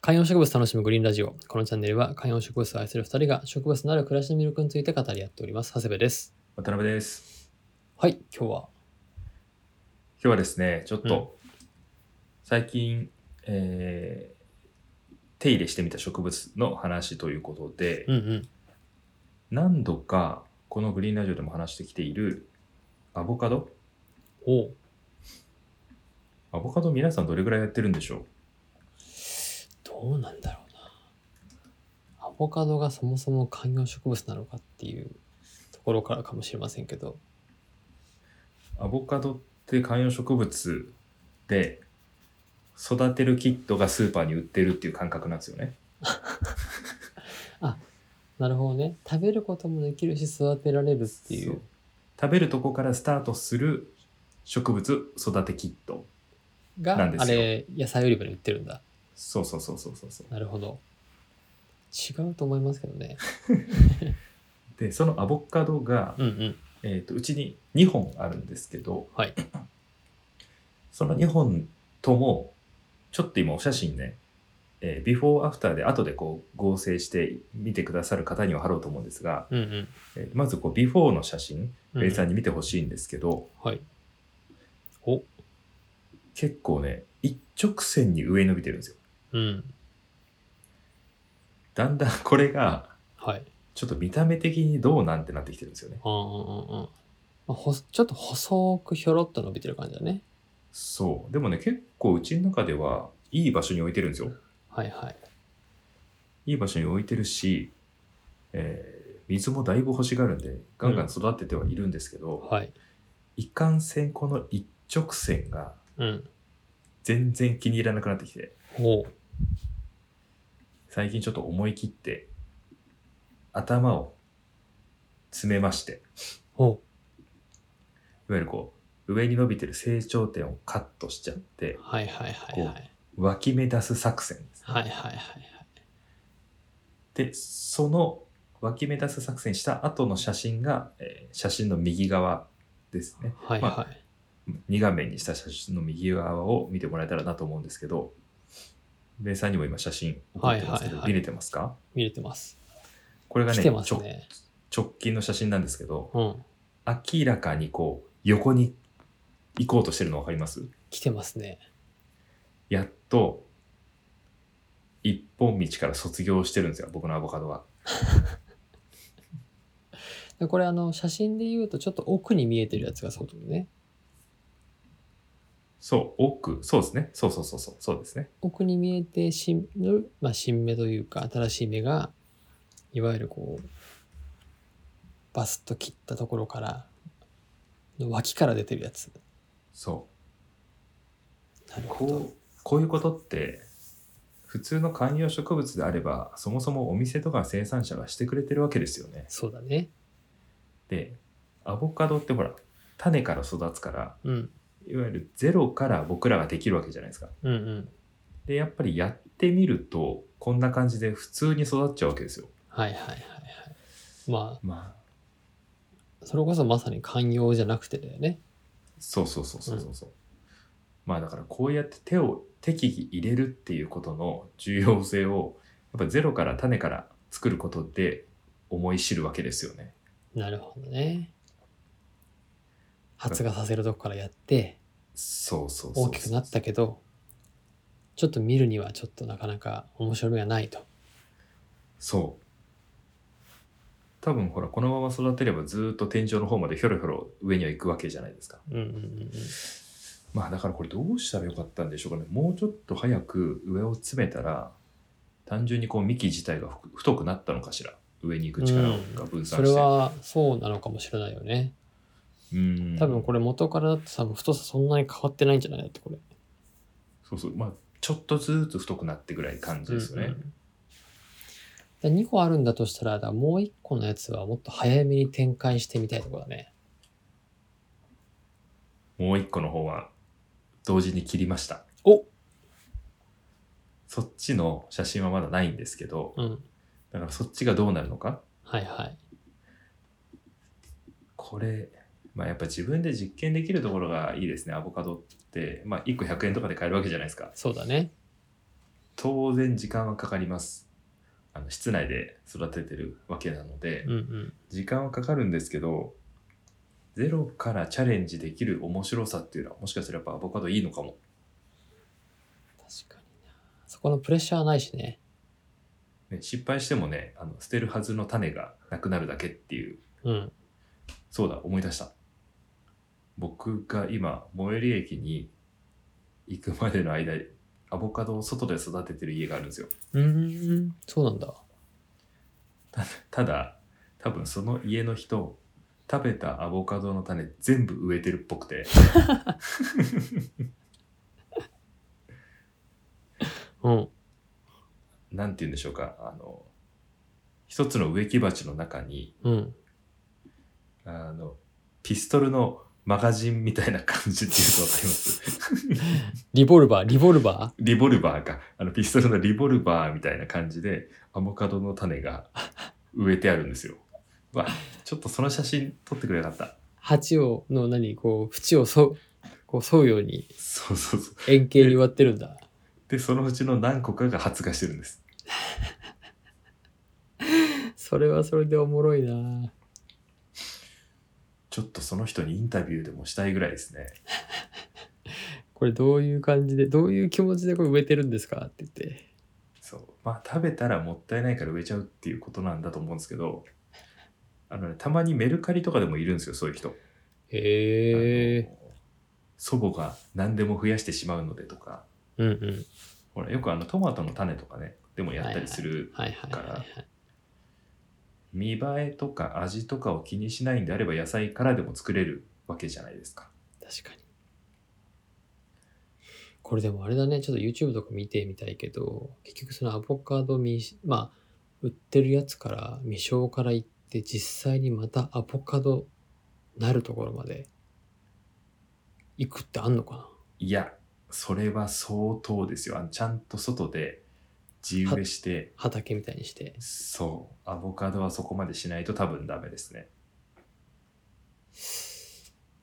観葉植物楽しむグリーンラジオ。このチャンネルは観葉植物を愛する2人が植物のある暮らしの魅力について語り合っております。長谷部です。渡辺です。はい、今日は。今日はですね、ちょっと最近、えー手入れしてみた植物の話ということで、うんうん。何度かこのグリーンラジオでも話してきているアボカドおうアボカド皆さんどれぐらいやってるんでしょどうなんだろうな。アボカドがそもそも観葉植物なのかっていうところからかもしれませんけど。うアボカドって観葉植物で育てるキットがスーパーに売ってるっていう感覚なんですよね。なるほどね。食べることもできるし、育てられるっていそうう。食べるとこからスタートする植物育てキット。ながんで、あすよれ、野菜売り場に売ってるんだ。そうそうそうそうそうそう。なるほど。違うと思いますけどね。でそのアボカドが、うんうん。えー、とうちに2本あるんですけど、はい その2本ともちょっと今お写真ね、えービフォーアフターで後でこう合成して見てくださる方には貼ろうと思うんですが、うんうんえーまずこうビフォーの写真うん。ベイさんに見てほしいんですけど、はい。お、結構ね一直線に上に伸びてるんですようん。だんだん これがはい。ちょっと見た目的にどうなんてなってきてるんですよねああ、ああ、まあほす。ちょっと細くひょろっと伸びてる感じだね。そうでもね結構うちの中ではいい場所に置いてるんですよはいはい。いい場所に置いてるし、えー水もだいぶ欲しがるんで、ガンガン育ててはいるんですけど、はい。いかんせんこの一直線がうん。全然気に入らなくなってきて、おう最近ちょっと思い切って、頭を詰めまして、おういわゆるこう、上に伸びてる成長点をカットしちゃって、はいはいはいはい。脇目出す作戦です。はいはいはいはい。で、その脇目出す作戦した後の写真が、えー写真の右側ですね。はいまあはい。 2画面にした写真の右側を見てもらえたらなと思うんですけど、ベイさんにも今写真送ってますはいけど、はいはい見れてますか見れてます。これがね来てます直ね。直近の写真なんですけど、うん。明らかにこう、横に行こうとしてるの分かります来てますね。やっと、一本道から卒業してるんですよ、僕のアボカドは。でこれあの、写真で言うとちょっと奥に見えてるやつがそうだね。そう、奥、そうですね。そうそうそうそう、そうですね。奥に見えて新、まあ、新芽というか新しい芽がいわゆるこうバスッと切ったところからの脇から出てるやつそう。なるほどこうこういうことって普通の観葉植物であればそもそもお店とか生産者がしてくれてるわけですよね。そうだねでアボカドってほら種から育つからうんいわゆるゼロから僕らができるわけじゃないですか。うんうんでやっぱりやってみるとこんな感じで普通に育っちゃうわけですよ。はいはいはいはいままああそれこそまさに寛容じゃなくてだよねそうそうそうそうそうそう。まあだからこうやって手を適宜入れるっていうことの重要性をやっぱゼロから種から作ることで思い知るわけですよね。なるほどね発芽させるとこからやってそうそうそう大きくなったけどちょっと見るにはちょっとなかなか面白みがないとそう多分ほらこのまま育てればずーっと天井の方までひょろひょろ上には行くわけじゃないですかうんうんうんうんまあだからこれどうしたらよかったんでしょうかねもうちょっと早く上を詰めたら単純にこう幹自体がふ太くなったのかしら上に行く力が分そ散れして、うん、はそうなのかもしれないよね。多分これ元からだってさ、太さそんなに変わってないんじゃないだってこれ。そうそうまあちょっとずつ太くなってぐらい感じですよね、うんうんで2個あるんだとしたら、だからもう1個のやつはもっと早めに展開してみたいところだね。もう一個の方は同時に切りましたおそっちの写真はまだないんですけどうん。だからそっちがどうなるのかはいはい。これ、まあ、やっぱ自分で実験できるところがいいですねアボカドって、まあ、1個100円とかで買えるわけじゃないですかそうだね。当然時間はかかりますあの室内で育ててるわけなので、うんうん時間はかかるんですけどゼロからチャレンジできる面白さっていうのはもしかしたらやっぱアボカドいいのかも確かになそこのプレッシャーはないしねね、失敗してもねあの捨てるはずの種がなくなるだけっていううんそうだ思い出した僕が今最寄り駅に行くまでの間アボカドを外で育ててる家があるんですようーんそうなんだただ多分その家の人食べたアボカドの種全部植えてるっぽくてうんなんて言うんでしょうかあの一つの植木鉢の中にうんあのピストルのマガジンみたいな感じっていうとわかりますリボルバーリボルバリボルバーか。あの、ピストルのリボルバーみたいな感じで、アボカドの種が植えてあるんですよ。わ、ちょっとその写真撮ってくれなかった。ー鉢をの何こう縁をそこう沿うようにそうそうそう。円形に割ってるんだで、そのうちの何個かが発芽してるんです。それはそれでおもろいなちょっとその人にインタビューでもしたいぐらいですね。これどういう感じでどういう気持ちでこれ植えてるんですかって言ってそう。まあ、食べたらもったいないから植えちゃうっていうことなんだと思うんですけど、あのね、たまにメルカリとかでもいるんですよ、そういう人。へえあの祖母が何でも増やしてしまうのでとか、うんうんほら、よくあのトマトの種とかね、でもやったりするはいはいはいはい見栄えとか味とかを気にしないんであれば野菜からでも作れるわけじゃないですか。確かにこれでもあれだねちょっと YouTube とか見てみたいけど結局そのアボカド未まあ売ってるやつから未生から行って実際にまたアボカドなるところまで行くってあんのかいや、それは相当ですよ。あのちゃんと外で地植えしてな、畑みたいにしてそう、アボカドはそこまでしないと多分ダメですね。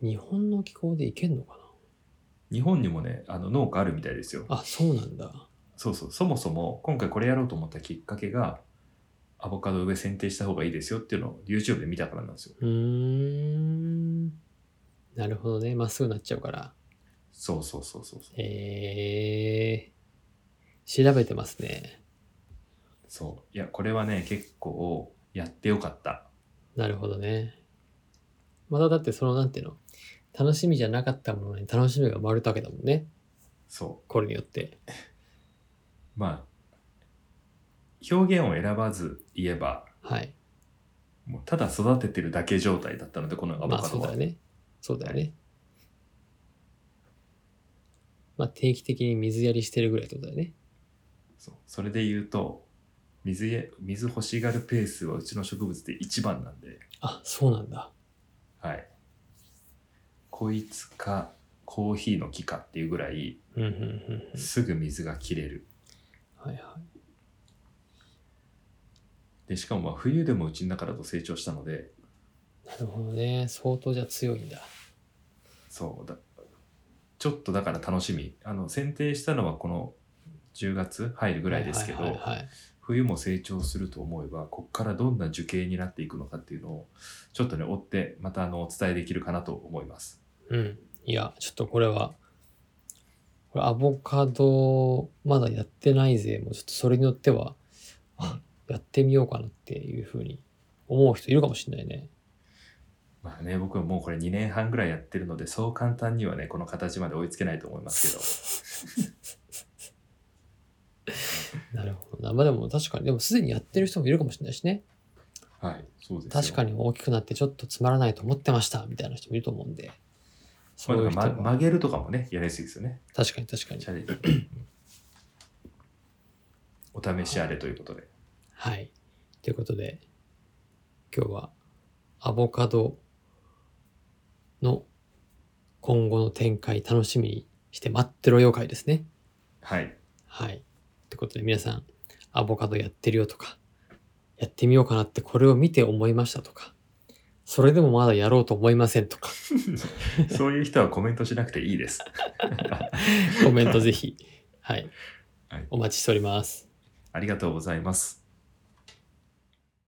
日本の気候でいけんのか日本にもね、あの農家あるみたいですよ。なあそうなんだそうそう、そもそも今回これやろうと思ったきっかけが、アボカド上剪定した方がいいですよっていうのを YouTube で見たからなんですよ。うーんなるほどねまっすぐなっちゃうからそうそうそうそうそう。えー、調べてますねそう。いや、これはね、結構やってよかった。なるほどね。まただってそのなんていうの楽しみじゃなかったものに楽しみが生まれたわけだもんね。そう。これによって。まあ、表現を選ばず言えば、はい。もうただ育ててるだけ状態だったので、このアボまあカそドうは。だよね。そうだよね。まあ定期的に水やりしてるぐらいってことだよね。そうそれで言うと、水へ水欲しがるペースはうちの植物で一番なんで、あ、そうなんだ。はい。こいつかコーヒーの木かっていうぐらい、うんうんうんうん。すぐ水が切れる。はいはい。で、しかもまあ冬でもうちの中だと成長したので、なるほどね。相当じゃあ強いんだ。そうだ。ちょっとだから楽しみ。あの、剪定したのはこの10月入るぐぐらいですけはいは、どいはい、はい。冬も成長すると思えばここからどんな樹形になっていくのかっていうのをちょっとね追ってまたあのお伝えできるかなと思いますうん。いや、ちょっとこれは、これアボカド、まだやってないぜ。もうちょっとそれによっては、 あやってみようかなっていうふうに思う人いるかもしれないね。まあね僕はもうこれ2年半ぐらいやってるのでそう簡単にはねこの形まで追いつけないと思いますけどなるほどな。まあでも確かに、でもすでにやってる人もいるかもしれないしね。はいそうですよ確かに大きくなってちょっとつまらないと思ってましたみたいな人もいると思うんで。そまあういなうん人は、かま曲げるとかもねやりやすいですよね確かに確かにチ。ャレ ンジお試しあれということではい。ということで、今日はアボカドの今後の展開楽しみにして待ってろよ会ですね。はいはい。ということで皆さん、アボカドやってるよとか、やってみようかなってこれを見て思いましたとか、それでもまだやろうと思いませんとか、 そういう人はコメントしなくていいですコメントぜひ、はい。はいお待ちしております。ありがとうございます。